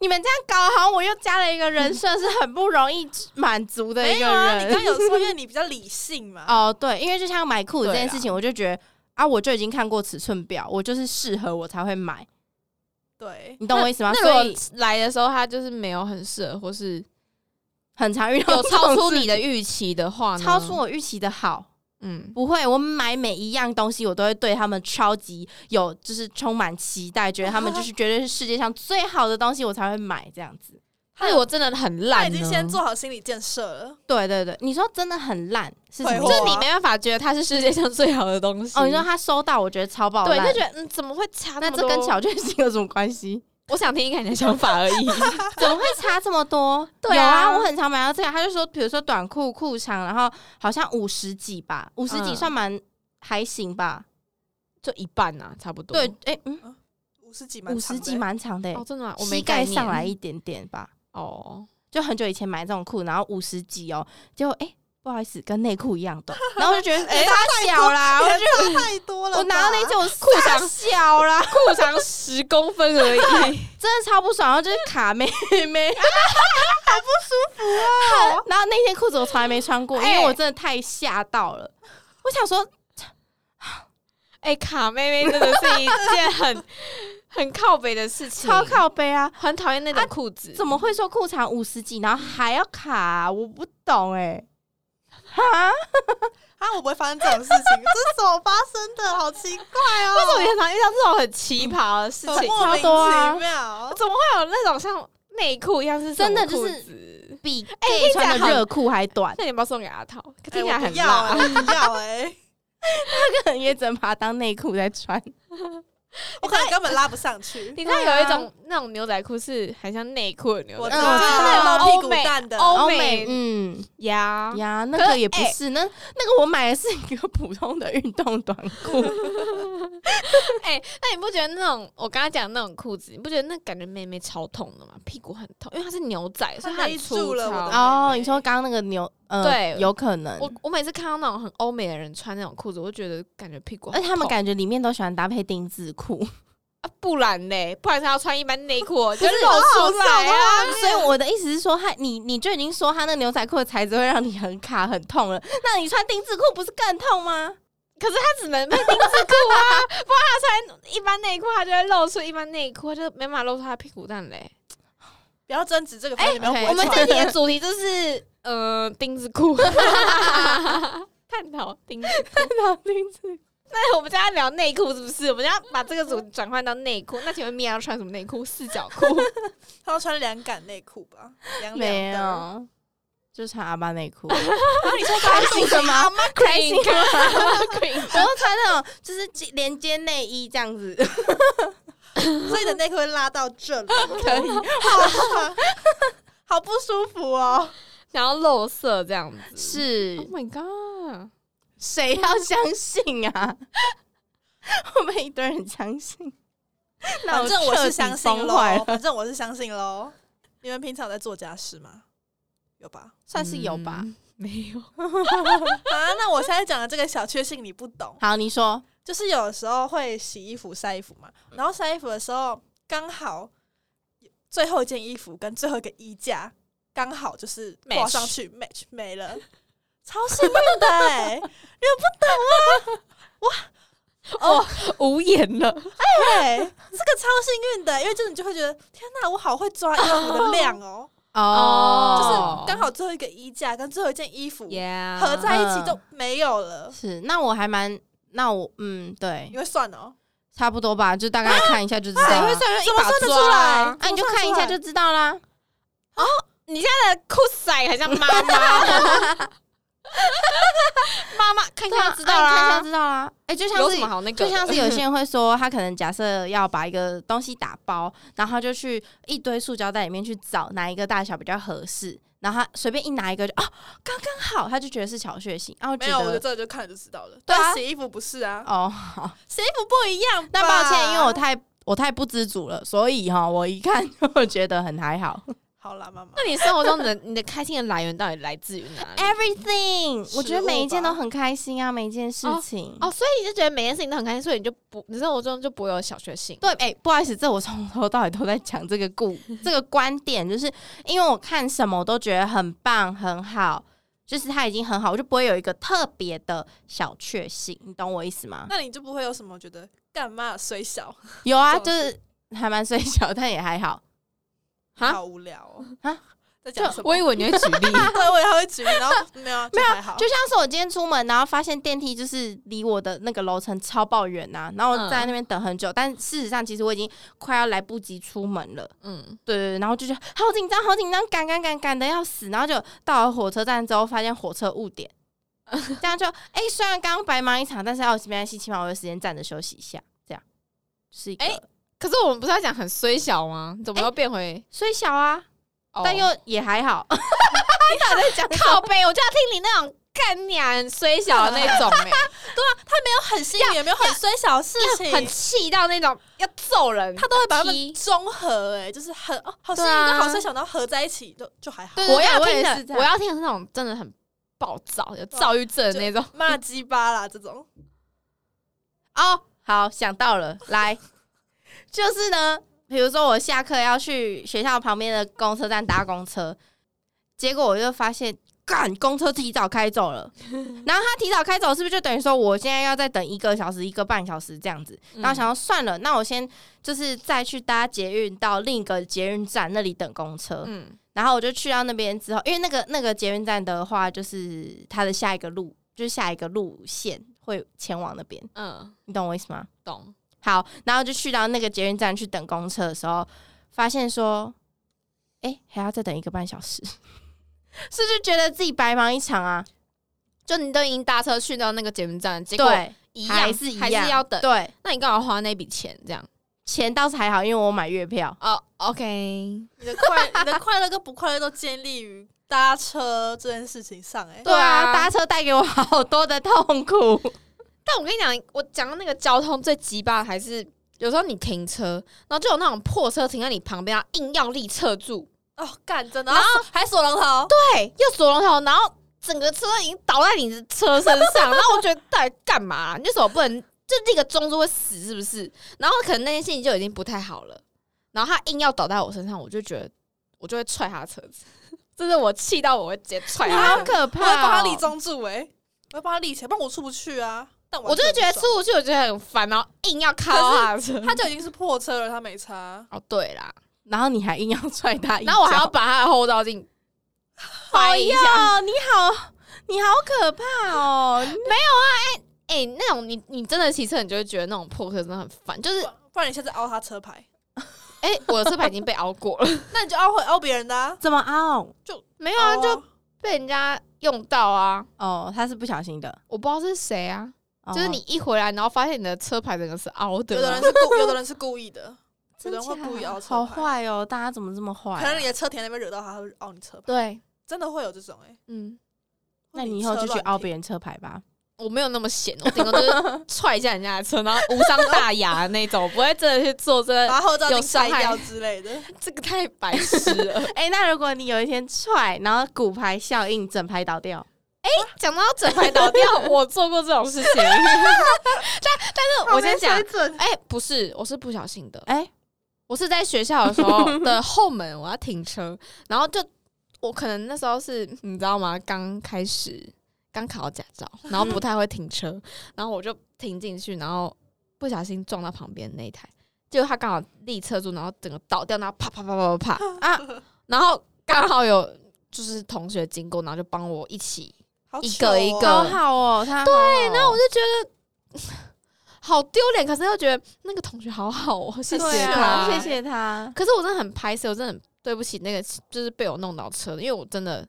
Speaker 5: 你们这样搞，好像我又加了一个人设，是很不容易满足的一
Speaker 3: 没
Speaker 5: 个
Speaker 3: 有啊，你
Speaker 5: 人。
Speaker 3: 刚有说，因为你比较理性嘛。
Speaker 5: 哦，对，因为就像买裤子这
Speaker 4: 对
Speaker 5: 件
Speaker 4: 啦
Speaker 5: 事情，我就觉得啊，我就已经看过尺寸表，我就是适合我才会买，
Speaker 3: 对，
Speaker 5: 你懂我 意思吗？
Speaker 4: 那
Speaker 5: 所
Speaker 4: 如
Speaker 5: 以
Speaker 4: 果来的时候他就是没有很适合，或 是
Speaker 5: 很常遇到
Speaker 4: 有超
Speaker 5: 这种
Speaker 4: 出
Speaker 5: 事
Speaker 4: 你的预期的话呢，
Speaker 5: 超出我预期的好。
Speaker 4: 嗯，
Speaker 5: 不会，我买每一样东西，我都会对他们超级有，就是充满期待，觉得他们就是 绝对是世界上最好的东西，我才会买这样子。
Speaker 4: 那如果真的很烂
Speaker 3: 他
Speaker 4: 呢，
Speaker 3: 已经先做好心理建设了。
Speaker 5: 对对对，你说真的很烂是什
Speaker 3: 会
Speaker 5: 么
Speaker 3: 货
Speaker 4: 就
Speaker 5: 意思？
Speaker 4: 是你没办法觉得它是世界上最好的东西。
Speaker 5: 哦，你说他收到，我觉得超爆
Speaker 4: 对，
Speaker 5: 烂，
Speaker 4: 就觉得嗯，怎么会差
Speaker 5: 那
Speaker 4: 么
Speaker 5: 这跟
Speaker 4: 多
Speaker 5: 小确幸有什么关系？
Speaker 4: 我想听一看你的想法而 已。
Speaker 5: 怎么会差这么多？
Speaker 4: 对啊
Speaker 5: 有啊，我很常买到这个，他就说，比如说短裤、裤长，然后好像五十几吧，五十几
Speaker 4: 嗯
Speaker 5: 算蛮、还行吧。
Speaker 4: 就一半啊，差不多。
Speaker 5: 对，哎、嗯，
Speaker 3: 五十几蛮
Speaker 5: 五
Speaker 3: 长
Speaker 5: 十
Speaker 3: 的
Speaker 5: 几蛮长的、欸
Speaker 4: 哦，真的吗？我没
Speaker 5: 膝盖
Speaker 4: 概念
Speaker 5: 上来一点点吧。
Speaker 4: 哦，
Speaker 5: 就很久以前买这种裤，然后五十几哦，结果哎、不好意思，跟内裤一样短，然后我就觉得哎、
Speaker 3: 太
Speaker 5: 它
Speaker 3: 多
Speaker 5: 小啦，我
Speaker 3: 也
Speaker 5: 就
Speaker 3: 差太多了吧。
Speaker 5: 我拿到那件我裤
Speaker 4: 长
Speaker 5: 小啦，
Speaker 4: 裤长十公分而已。
Speaker 5: 真的超不爽，然后就是卡妹 妹， 好不舒服哦。然后那件裤子我从来没穿过，因为
Speaker 4: 哎
Speaker 5: 我真的太吓到了，我想说
Speaker 4: 哎，卡妹妹真的是一件很 很靠北的事情，啊
Speaker 5: 超，靠背啊，
Speaker 4: 很讨厌那种裤子。
Speaker 5: 怎么会说裤长五十几，然后还要卡啊、我不懂哎、啊，
Speaker 3: 啊，我不会发生这种事情，这是怎么发生的？好奇怪哦，
Speaker 4: 为什么也常遇到这种很奇葩的事
Speaker 3: 很
Speaker 4: 情？
Speaker 3: 莫名
Speaker 5: 超多啊
Speaker 3: 其妙？
Speaker 4: 怎么会有那种像内裤一样是
Speaker 5: 真的
Speaker 4: 什么
Speaker 5: 就
Speaker 4: 裤
Speaker 5: 是
Speaker 4: 子
Speaker 5: 比
Speaker 4: 哎
Speaker 5: gay
Speaker 4: 听起来
Speaker 5: 穿的
Speaker 4: 好
Speaker 5: 热裤 还短，
Speaker 4: 那你要不要送给阿桃？
Speaker 3: 哎
Speaker 4: 听起来
Speaker 3: 我
Speaker 4: 很
Speaker 3: 不要
Speaker 4: 辣
Speaker 3: 哎，。我不要哎，
Speaker 5: 可能也只能把它当内裤在穿。
Speaker 3: 我可能根本拉不上去。
Speaker 4: 你知道有一种那种牛仔裤是很像内裤的牛
Speaker 3: 我
Speaker 4: 仔
Speaker 3: 知
Speaker 4: 裤，
Speaker 3: 道
Speaker 5: 嗯
Speaker 3: 就是那种露屁股蛋的，
Speaker 4: 欧美
Speaker 5: 嗯
Speaker 4: 呀
Speaker 5: 呀，
Speaker 4: 可
Speaker 5: 那
Speaker 4: 是
Speaker 5: 个也不
Speaker 4: 哎
Speaker 5: 是，那那个我买的是一个普通的运动短 裤，
Speaker 4: 哎、那你不觉得那种我刚才讲的那种裤子，你不觉得那感觉妹妹超痛的吗？屁股很痛，因为它是牛仔，所以它
Speaker 3: 勒
Speaker 4: 很
Speaker 3: 住
Speaker 4: 粗
Speaker 3: 了我的
Speaker 4: 糙。
Speaker 5: 哦，你说刚刚那个牛，呃，
Speaker 4: 对
Speaker 5: 有可能，
Speaker 4: 我我每次看到那种很欧美的人穿那种裤子，我就觉得感觉屁股很
Speaker 5: 而
Speaker 4: 痛，
Speaker 5: 且他们感觉里面都喜欢搭配丁字裤，
Speaker 4: 啊不然呢？不然是要穿一般内 裤哦，就
Speaker 5: 不
Speaker 4: 露
Speaker 5: 是
Speaker 4: 出来啊。
Speaker 5: 所以我的意思是说，他你你就已经说他那牛仔裤的材质会让你很卡很痛了， 那你穿丁字裤不是更痛 吗？
Speaker 4: 可是他只能配丁字裤啊， 不然他穿一般内裤，他就会露出一般内裤，他就没办法露出他屁股蛋嘞。
Speaker 3: 不要争执这个方面，不要
Speaker 5: OK，
Speaker 3: 不
Speaker 4: 我
Speaker 3: 会
Speaker 4: 们
Speaker 3: 穿
Speaker 4: 这集的主题就是呃钉子裤， 探讨钉子裤。
Speaker 5: 那丁字
Speaker 4: 那我们家聊内裤是不是？我们要把这个组转换到内裤。那请问米娅要穿什么内裤？四角裤。
Speaker 3: 他要穿凉感内裤吧？凉
Speaker 5: 没
Speaker 3: 凉的。
Speaker 5: 有，就穿阿爸内 裤，
Speaker 3: 然后你说 开
Speaker 5: 开心什么？开心吗？
Speaker 4: Cream
Speaker 5: 我都穿那种就是连肩内衣这样 子，
Speaker 3: 所以你的内裤会拉到这里，可以，好， 好不舒服哦。
Speaker 4: 然后露色这样子。Oh
Speaker 5: 是
Speaker 4: my god！
Speaker 5: 谁要相信啊？ 我们一堆人相信， 那
Speaker 3: 反正我
Speaker 5: 彻
Speaker 3: 是
Speaker 5: 底
Speaker 3: 相信
Speaker 5: 崩坏
Speaker 3: 喽，
Speaker 5: 了，
Speaker 3: 反正我是相信喽。你们平常有在做家事吗？有吧？
Speaker 5: 算是有吧。
Speaker 4: 嗯？没有。
Speaker 3: 啊，那我现在讲的这个小确幸你不懂，
Speaker 5: 好，你说
Speaker 3: 就是有时候会洗衣服、晒衣服嘛，然后晒衣服的时候刚好最后一件衣服跟最后一个衣架刚好就是挂
Speaker 4: Match
Speaker 3: 上去 match 没了，超幸运的哎、你们不懂啊，哇哦，
Speaker 4: 无言了。
Speaker 3: 对，这个超幸运的，因为就是你就会觉得天哪，我好会抓衣服的量哦，
Speaker 4: 哦
Speaker 3: 刚好最后一个衣架跟最后一件衣服
Speaker 4: Yeah。
Speaker 3: 合在一起
Speaker 5: 嗯
Speaker 3: 都没有了，
Speaker 5: 是那我还蛮那我嗯对
Speaker 3: 你，会算哦，
Speaker 5: 差不多吧，就大概看一下就知道
Speaker 4: 谁
Speaker 5: 啊
Speaker 4: 会算一
Speaker 3: 怎么
Speaker 4: 把
Speaker 3: 算得
Speaker 4: 抓
Speaker 3: 出来
Speaker 4: 啊？
Speaker 5: 啊，你就
Speaker 3: 怎么算
Speaker 5: 看一
Speaker 3: 出
Speaker 5: 下
Speaker 3: 来
Speaker 5: 就知道啦。
Speaker 4: 你家的裤塞很像妈妈。妈妈看一
Speaker 5: 对
Speaker 4: 看
Speaker 5: 啊
Speaker 4: 就知道
Speaker 5: 啊你
Speaker 4: 啦
Speaker 5: 看一下就。知道啦。哎，就像
Speaker 4: 有
Speaker 5: 是
Speaker 4: 什么好那个的？
Speaker 5: 就像是有些 人会说，他可能假设要把一个东西打包，然后他就去一堆塑胶袋里面去找哪一个大小比较合适，然后他随便一拿一个就哦，刚刚好，他就觉得是小确幸，然后
Speaker 3: 没有，我觉得
Speaker 5: 觉得
Speaker 3: 这个就看了就知道了。
Speaker 5: 对啊
Speaker 3: 但洗衣服不是啊，
Speaker 5: 哦，好
Speaker 3: 洗衣服不一样吧。
Speaker 5: 那抱歉，因为我太我太不知足了，所以哈，我一看就觉得很还好。
Speaker 3: 好啦，妈妈
Speaker 4: 那，你生活中的你的开心的来源到底来自于哪里？
Speaker 5: everything，我觉得
Speaker 3: 食物
Speaker 5: 每一件
Speaker 3: 吧
Speaker 5: 都很开心啊，每一件事情。
Speaker 4: 哦，所以你就觉得每件事情都很开心，所以你就不，你生活中就不会有小确幸。
Speaker 5: 对，哎、不好意思，这我从头到尾都在讲这个故 这个观点，就是因为我看什么我都觉得很棒很好，就是它已经很好，我就不会有一个特别的小确幸，你懂我意思吗？
Speaker 3: 那你就不会有什么觉得干嘛虽小，
Speaker 5: 有啊，
Speaker 3: 这种
Speaker 5: 就
Speaker 3: 事
Speaker 5: 是还蛮虽小，但也还好。
Speaker 4: 啊
Speaker 3: 好无聊哦
Speaker 5: 啊
Speaker 3: 在讲什么？
Speaker 4: 我以为你会举 例，
Speaker 3: 对，我也会举例，然后没 有啊，没有，还好
Speaker 5: 就，像是我今天出门，然后发现电梯就是离我的那个楼层超爆远呐、然后我
Speaker 4: 嗯
Speaker 5: 在那边等很久，但事实上其实我已经快要来不及出门了。
Speaker 4: 嗯，
Speaker 5: 对对对，然后就觉得好紧张，好紧张，赶赶赶赶的要死，然后就到了火车站之后，发现火车 误点，这样就哎、虽然刚刚白忙一场，但是要没关系，起码我有时间站着休息一下，这样就是一个、
Speaker 4: 哎可是我们不是要讲很虽小吗？怎么又变回？
Speaker 5: 虽小啊，
Speaker 4: 哦
Speaker 5: 但又也还好，
Speaker 4: 靠背，我就要听你那种干娘虽小的 那种、欸，
Speaker 3: 很幸运，也没有很虽小的事 情，
Speaker 4: 很气到那种要揍人。
Speaker 3: 他都会把它
Speaker 4: 踢
Speaker 3: 们综合、嗯欸，哎，就是很哦，好幸运
Speaker 4: 对啊
Speaker 3: 跟好衰小，然后合在一起就就还好。
Speaker 4: 对啊
Speaker 5: 我要
Speaker 4: 我
Speaker 5: 听
Speaker 4: 也
Speaker 5: 的
Speaker 4: 是这样
Speaker 5: 我
Speaker 4: 我要听的是那种真的很暴躁、有躁郁症的那种。
Speaker 3: 骂鸡巴啦，这种
Speaker 5: 哦，好，想到了，来， 就是呢，比如说我下课要去学校旁边的公车站搭公车，结果我就发现，干，公车提早开走了。然后他提早开走，是不是就等于说我现在要再等一个小时、一个半小时这样子？
Speaker 4: 嗯
Speaker 5: 然后想要算了，那我先就是再去搭捷运到另一个捷运站那里等公车。
Speaker 4: 嗯，
Speaker 5: 然后我就去到那边之后，因为那个那个捷运站的话，就是它的下一个路，就是下一个路线会前往那边，
Speaker 4: 嗯，
Speaker 5: 你懂我意思吗？
Speaker 4: 懂。
Speaker 5: 好，然后就去到那个捷运站去等公车的时候，发现说，哎、还要再等一个半小时，是就觉得自己白忙一场啊。
Speaker 4: 就你都已经搭车去到那个捷运站，结果呃
Speaker 5: 对，
Speaker 4: 一样
Speaker 5: 还是一
Speaker 4: 还
Speaker 5: 样
Speaker 4: 是要等。
Speaker 5: 对，
Speaker 4: 那你干嘛花那笔钱这样？
Speaker 5: 钱倒是还好，因为我买月票。
Speaker 4: 哦，OK，
Speaker 3: 你的快 你的快乐跟不快乐都建立于搭车这件事情上、欸，哎，
Speaker 4: 对啊
Speaker 5: 搭车带给我好多的痛苦。
Speaker 4: 但我跟你讲，我讲到那个交通最鸡巴的还是有时候你停车，然后就有那种破车停在你旁边，然后硬要力侧住，
Speaker 3: 哦，干真的，然后还锁龙头，
Speaker 4: 对，又锁龙头，然后整个车已经倒在你的车身上， 然后我觉得到底干嘛、啊你为什么不能就立个钟就会死是不是？然后可能那件事情就已经不太好了，然后他硬要倒在我身上，我就觉得我就会踹他车子， 这是我气到我会直接踹
Speaker 3: 你还
Speaker 4: 他
Speaker 3: 要
Speaker 4: 车子。
Speaker 5: 可
Speaker 3: 我会帮他
Speaker 5: 哦
Speaker 3: 立中柱、欸，哎，我会帮他立起来，不然我出不去啊。但
Speaker 4: 我就
Speaker 3: 会
Speaker 4: 是觉得出，不去，我觉得很烦，然后硬要靠他的车。
Speaker 3: 他就已经是破车了，他没差。
Speaker 4: 哦，对啦，
Speaker 5: 然后你还硬要踹他一脚，
Speaker 4: 然后我还要把他的后照镜
Speaker 5: 哎
Speaker 4: 拍一下。
Speaker 5: 呀，你好，你好可怕哦！
Speaker 4: 哎、那种你你真的骑车，你就会觉得那种破车真的很烦。就是
Speaker 3: 不然不然你下次凹他车牌，
Speaker 4: 哎、我的车牌已经被凹过了，
Speaker 3: 那你就凹会凹别人的、啊，
Speaker 5: 怎么凹？
Speaker 4: 没有啊，
Speaker 3: 凹
Speaker 4: 就被人家用到啊。
Speaker 5: 哦，他是不小心的，
Speaker 4: 我不知道是谁啊，
Speaker 5: 哦
Speaker 4: 就是你一回来，然后发现你的车牌整个是凹
Speaker 3: 有
Speaker 4: 的
Speaker 3: 的
Speaker 4: 啊、
Speaker 3: 人是故，有的人是故意 的，有
Speaker 5: 真
Speaker 3: 的人会
Speaker 5: 假
Speaker 3: 故意凹车牌
Speaker 5: 好坏哦！大家怎么这么坏啊？
Speaker 3: 可能你的车停在那边惹到他，他会哦凹你车牌，
Speaker 4: 对，
Speaker 3: 真的会有这种哎、欸。
Speaker 4: 嗯，
Speaker 5: 那你以后就去凹别人车牌吧。
Speaker 4: 我没有那么闲，我顶多就是踹一下人家的车，然后无伤大雅的那种，不会真的去做这
Speaker 3: 人
Speaker 4: 个
Speaker 3: 把后照镜
Speaker 4: 有伤
Speaker 3: 摘
Speaker 4: 害
Speaker 3: 掉之类的。
Speaker 4: 啊这个太白痴了。
Speaker 5: 哎、那如果你有一天踹，然后骨牌效应，整排倒掉，
Speaker 4: 讲到整排倒掉， 我做过这种事情， 但但 是我先讲，
Speaker 5: 准。
Speaker 4: 哎、不是，我是不小心的。
Speaker 5: 哎、
Speaker 4: 我是在学校的时 候的后门，我要停车，然后就我可能那时候是你知道吗？刚开始刚考驾照，然后不太会停车，然后我就停进去，然后不小心撞到旁边那一台，结果他刚好立车住，然后整个倒掉，然后啪啪啪啪啪啪啊，然后刚好有就是同学经过，然后就帮我一起，
Speaker 3: 好
Speaker 4: 一
Speaker 3: 糗
Speaker 4: 个一
Speaker 3: 哦
Speaker 4: 个
Speaker 5: 好好哦，他对，那
Speaker 4: 我就觉得。好丢脸，可是又觉得那个同学好好哦，谢谢
Speaker 5: 对
Speaker 4: 他，
Speaker 5: 啊，谢谢他。
Speaker 4: 可是我真的很拍摄，我真的很对不起那个就是被我弄倒车的，因为我真的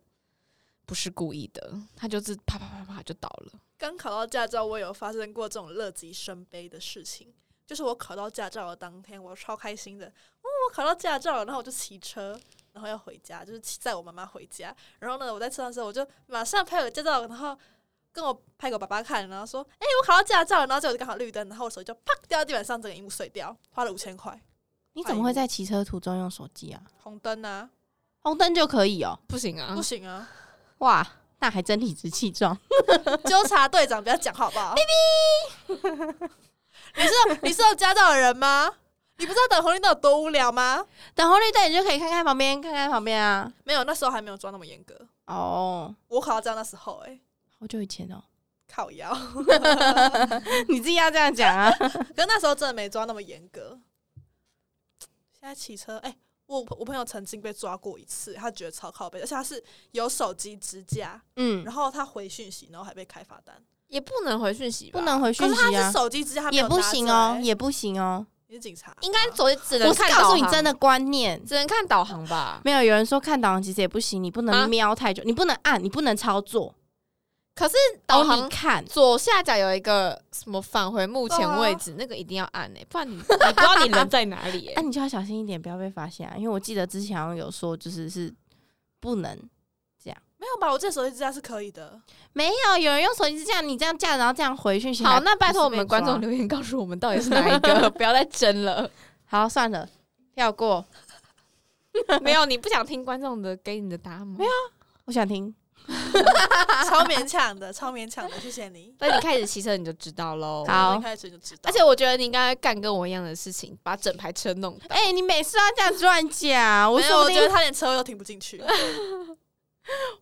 Speaker 4: 不是故意的，他就是啪啪啪啪就倒了。
Speaker 3: 刚考到驾照，我有发生过这种乐极生悲的事情。就是我考到驾照的当天，我超开心的，哦，我考到驾照了，然后我就骑车，然后要回家，就是骑载我妈妈回家。然后呢，我在车上的时候，我就马上拍我驾照，然后跟我拍给我爸爸看，然后说：“哎、我考到驾照了。”然后结果就刚好绿灯，然后我手机就啪掉到地板上，整个荧幕碎掉，花了五千块。
Speaker 5: 你怎么会在骑车途中用手机啊？
Speaker 3: 红灯啊，
Speaker 5: 红灯就可以哦、
Speaker 4: 不行啊
Speaker 3: 不，行啊！
Speaker 5: 哇，那还真理直气壮。
Speaker 3: 纠察队长不要讲好不好？ 你是你是有家教的人吗？你不知道等红绿灯有多无聊吗？
Speaker 5: 等红绿灯，你就可以看看旁边，看看旁边啊。
Speaker 3: 没有，那时候还没有抓那么严格。
Speaker 5: 哦，
Speaker 3: 我考到这样那时候、欸，哎，
Speaker 5: 好久以前哦、
Speaker 3: 靠腰。
Speaker 5: 你自己要这样讲啊。
Speaker 3: 可那时候真的没抓那么严格。现在骑车，哎、我我朋友曾经被抓过一次，他觉得超靠背，而且他是有手机支架，
Speaker 5: 嗯，
Speaker 3: 然后他回讯息，然后还被开罚单。
Speaker 4: 也不能回讯息吧，
Speaker 5: 不能回
Speaker 3: 可
Speaker 5: 讯
Speaker 3: 是他
Speaker 5: 息啊
Speaker 3: 是，手机支架，他没
Speaker 5: 也
Speaker 3: 有
Speaker 5: 不
Speaker 3: 拿
Speaker 5: 行
Speaker 3: 着
Speaker 5: 哦、
Speaker 3: 欸
Speaker 5: 也不行哦、
Speaker 3: 你是警察，
Speaker 4: 应该走只能
Speaker 5: 我是
Speaker 4: 看
Speaker 5: 告诉你
Speaker 4: 导航
Speaker 5: 真的，观念，
Speaker 4: 只能看导航吧。
Speaker 5: 没有有人说看导航其实也不行，你不
Speaker 4: 啊
Speaker 5: 能瞄太久，你不能按，你不能操作，
Speaker 4: 可是导
Speaker 5: 哦，
Speaker 4: 航
Speaker 5: 你看。
Speaker 4: 左下角有一个什么返回目前位置，那个一定要按诶、欸不然你你不知道啊 你人在哪里诶、欸
Speaker 5: 那、你就要小心一点，不要被发现啊！因为我记得之前好像有说，就是是不能
Speaker 3: 没有吧？我这手机支架是可以的。
Speaker 5: 没有有人用手机是这样，你这样架，然后这样回讯息。
Speaker 4: 好，
Speaker 5: 还
Speaker 4: 那拜托我
Speaker 5: 不是被
Speaker 4: 们观众
Speaker 5: 抓
Speaker 4: 留言告诉我们到底是哪一 个，不要再争了。
Speaker 5: 好算了，跳过。
Speaker 4: 没有，你不想听观众的给你的答案吗？没有，
Speaker 5: 我想听，
Speaker 3: 超勉强的，超勉强的，谢谢你。
Speaker 4: 等你开始骑车你就知道喽。
Speaker 5: 好
Speaker 3: 一开始就知道。
Speaker 4: 而且我觉得你应该干跟我一样的事情，把整排车弄倒。
Speaker 5: 哎、你每次都要这样子乱讲，我
Speaker 3: 没有，
Speaker 5: 说
Speaker 3: 我
Speaker 5: 不
Speaker 3: 觉得
Speaker 5: 定
Speaker 3: 他连车位都停不进去。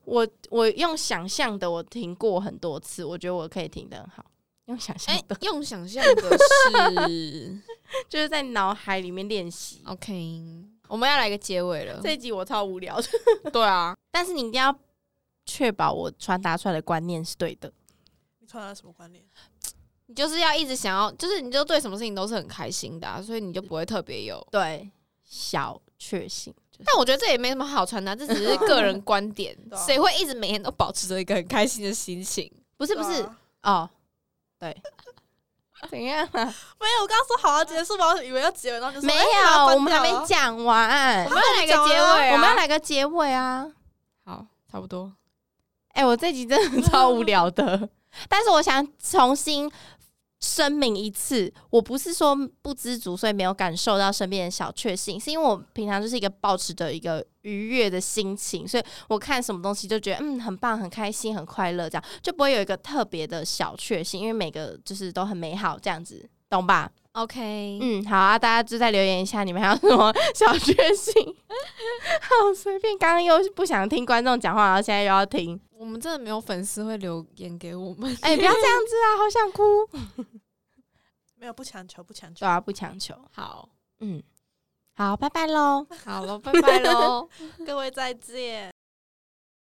Speaker 5: 我我用想象的，我听过很多次，我觉得我可以听得很好。用想象
Speaker 4: 哎、
Speaker 5: 的，
Speaker 4: 用想象的是
Speaker 5: 就是在脑海里面练习。
Speaker 4: OK，我们要来一个结尾了。
Speaker 5: 这一集我超无聊的，
Speaker 4: 对啊，
Speaker 5: 嗯但是你一定要确保我传达出来的观念是对的。
Speaker 3: 你传达什么观念？
Speaker 4: 你就是要一直想要，就是你就对什么事情都是很开心的、啊，所以你就不会特别有。
Speaker 5: 对，小确幸就是
Speaker 4: 但我觉得这也没什么好传达，这只 是个人观点
Speaker 3: 对啊。
Speaker 4: 谁会一直每天都保持着一个很开心的心情？
Speaker 5: 不是不是、
Speaker 3: 对啊
Speaker 5: 哦，对， 怎样
Speaker 3: 没
Speaker 5: 啊、
Speaker 3: 有，我刚刚说好要啊结束吧，我以为要结尾，然后就说
Speaker 5: 没
Speaker 3: 哎把它
Speaker 5: 有，
Speaker 3: 关
Speaker 5: 我们还
Speaker 3: 掉
Speaker 5: 没
Speaker 3: 了
Speaker 5: 讲完，
Speaker 4: 我们要来个结尾、啊，
Speaker 5: 我们要来个结尾啊！
Speaker 4: 好，差不多。
Speaker 5: 哎、我这集真的超无聊的，但是我想重新声明一次，我不是说不知足，所以没有感受到身边的小确幸，是因为我平常就是一个保持着一个愉悦的心情，所以我看什么东西就觉得嗯很棒、很开心、很快乐，这样就不会有一个特别的小确幸，因为每个就是都很美好，这样子。懂吧？
Speaker 4: OK，、
Speaker 5: 嗯，好啊，大家就再留言一下，你们还有什么 小确幸？ 好随便，刚刚又不想听观众讲话，然后现在又要听，
Speaker 4: 我们真的没有粉丝会留言给我们。
Speaker 5: 哎、不要这样子啊，好想 哭。
Speaker 3: 没有不强求，不强求
Speaker 5: 对。啊，不强求。
Speaker 4: 好，
Speaker 5: 嗯，好，拜拜喽。
Speaker 4: 好了，拜拜喽。
Speaker 3: 各位再见。